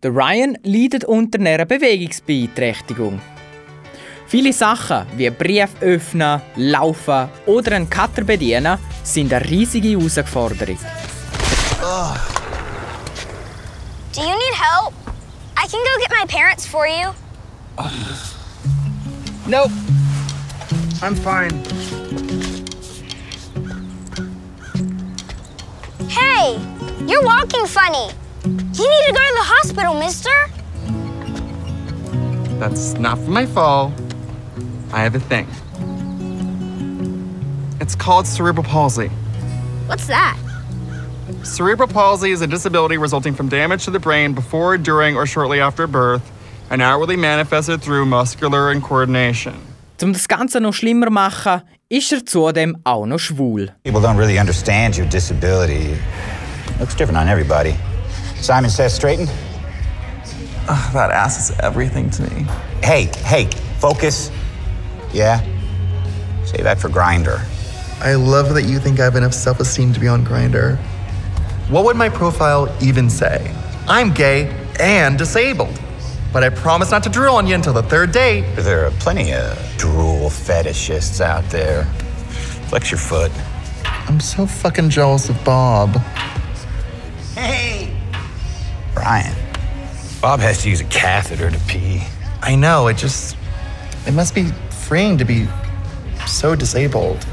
Der Ryan leidet unter einer Bewegungsbeeinträchtigung. Viele Sachen wie Brief öffnen, laufen oder einen Cutter bedienen sind eine riesige Herausforderung. Do you need help? I can go get my parents for you. Nope. I'm fine. Hey, you're walking funny. You need to go to the hospital, mister. That's not my fault. I have a thing. It's called cerebral palsy. What's that? Cerebral palsy is a disability resulting from damage to the brain before, during, or shortly after birth, and outwardly manifested through muscular incoordination. Um das Ganze noch schlimmer zu machen, ist er zudem auch noch schwul. People don't really understand your disability. Looks different on everybody. Simon says straighten. That ass is everything to me. Hey, hey, focus. Yeah. Save that for grinder. I love that you think I have enough self esteem to be on Grinder. What would my profile even say? I'm gay and disabled. But I promise not to drill on you until the third date. There are plenty of drool fetishists out there. Flex your foot. I'm so fucking jealous of Bob. Hey! Brian. Bob has to use a catheter to pee. I know, it just. It must be freeing to be so disabled.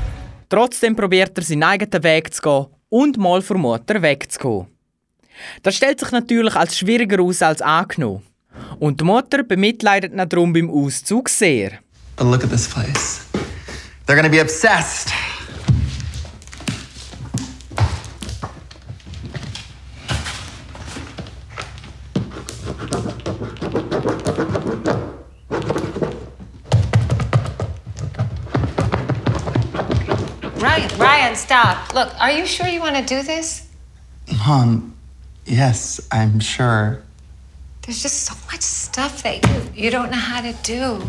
Trotzdem probiert er seinen eigenen Weg zu gehen und mal von Mutter wegzukommen. Das stellt sich natürlich als schwieriger aus als angenommen. Und die Mutter bemitleidet ihn darum beim Auszug sehr. But look at this place. They're gonna be obsessed. Ryan, Ryan, stop. Look, are you sure you want to do this? Mom, yes, I'm sure. There's just so much stuff that you, you don't know how to do.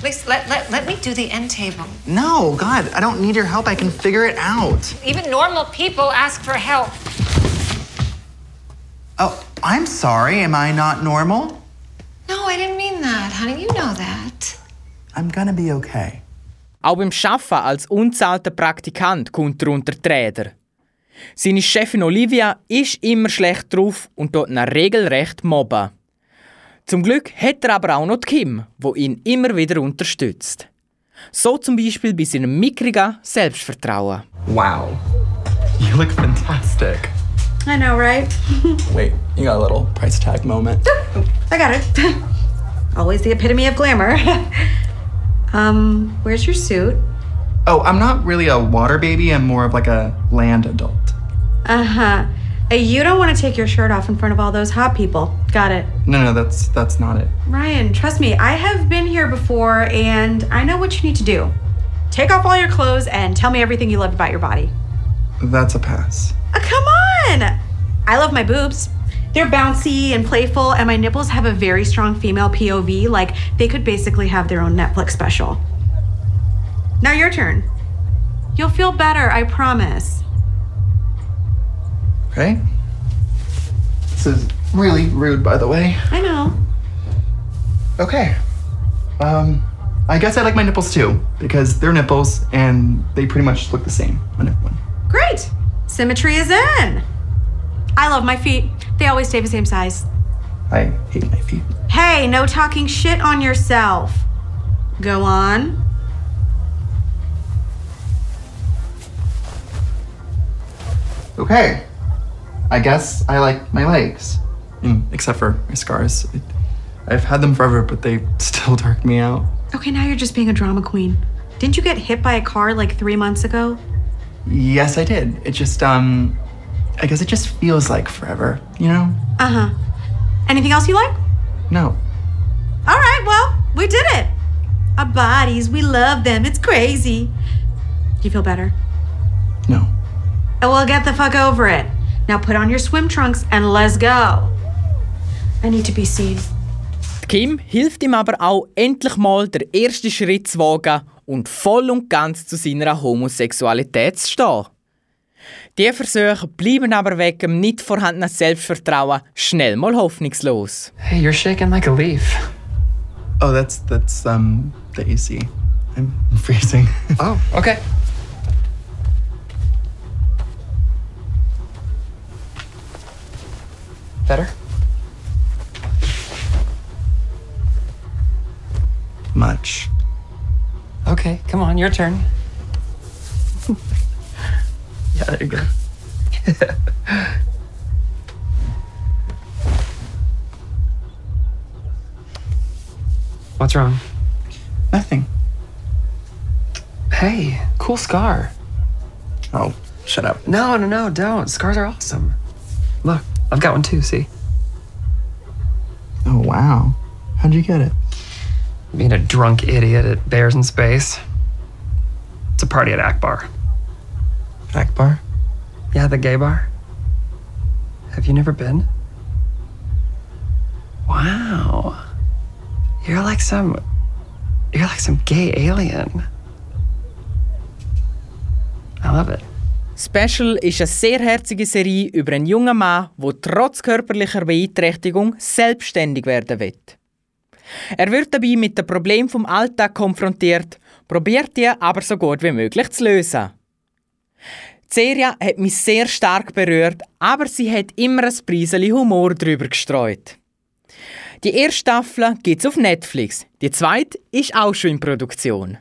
Please, let, let, let me do the end table. No, God, I don't need your help. I can figure it out. Even normal people ask for help. Oh, I'm sorry. Am I not normal? No, I didn't mean that, honey. You know that. I'm gonna be okay. Auch beim Schaffen als unzahlter Praktikant kommt er unter die Räder. Seine Chefin Olivia ist immer schlecht drauf und dort ihn regelrecht mobben. Zum Glück hat er aber auch noch die Kim, wo ihn immer wieder unterstützt. So zum Beispiel bei seinem mickrigen Selbstvertrauen. Wow. You look fantastic. I know, right? Wait, you got a little price tag moment. I got it. Always the epitome of glamour. um, where's your suit? Oh, I'm not really a water baby. I'm more of like a land adult. Uh huh. You don't want to take your shirt off in front of all those hot people. Got it. No, no, that's that's not it. Ryan, trust me, I have been here before and I know what you need to do. Take off all your clothes and tell me everything you loved about your body. That's a pass. Uh, come on! I love my boobs. They're bouncy and playful, and my nipples have a very strong female POV. Like, they could basically have their own Netflix special. Now, your turn. You'll feel better, I promise. Okay. This is really rude, by the way. I know. Okay. Um, I guess I like my nipples too because they're nipples and they pretty much look the same on everyone. Great! Symmetry is in! I love my feet. They always stay the same size. I hate my feet. Hey, no talking shit on yourself. Go on. Okay. I guess I like my legs. Mm, except for my scars. It, I've had them forever, but they still dark me out. Okay, now you're just being a drama queen. Didn't you get hit by a car like three months ago? Yes, I did. It just, um, I guess it just feels like forever, you know? Uh huh. Anything else you like? No. All right, well, we did it. Our bodies, we love them. It's crazy. Do you feel better? No. Oh, well, get the fuck over it. Now put on your swim trunks and let's go. I need to be seen. Die Kim hilft ihm aber auch, endlich mal den ersten Schritt zu wagen und voll und ganz zu seiner Homosexualität zu stehen. Die Versuche bleiben aber wegen dem nicht vorhandenen Selbstvertrauen schnell mal hoffnungslos. Hey, you're shaking like a leaf. Oh, that's that's um the AC. I'm freezing. Oh, Okay. Better? much. Okay, come on, your turn. Yeah, there you go. What's wrong? Nothing. Hey, cool scar. Oh, shut up. No, no, no, don't. Scars are awesome. Look, I've got one too, see? oh wow. How'd you get it? Being a drunk idiot at Bears in Space. It's a party at Akbar. Akbar? Yeah, the gay bar. Have you never been? Wow. You're like some you're like some gay alien. I love it. Special ist eine sehr herzige Serie über einen jungen Mann, der trotz körperlicher Beeinträchtigung selbstständig werden will. Er wird dabei mit dem Problem vom Alltag konfrontiert, probiert die aber so gut wie möglich zu lösen. Die Serie hat mich sehr stark berührt, aber sie hat immer ein Preiseli Humor drüber gestreut. Die erste Staffel gibt's auf Netflix, die zweite ist auch schon in Produktion.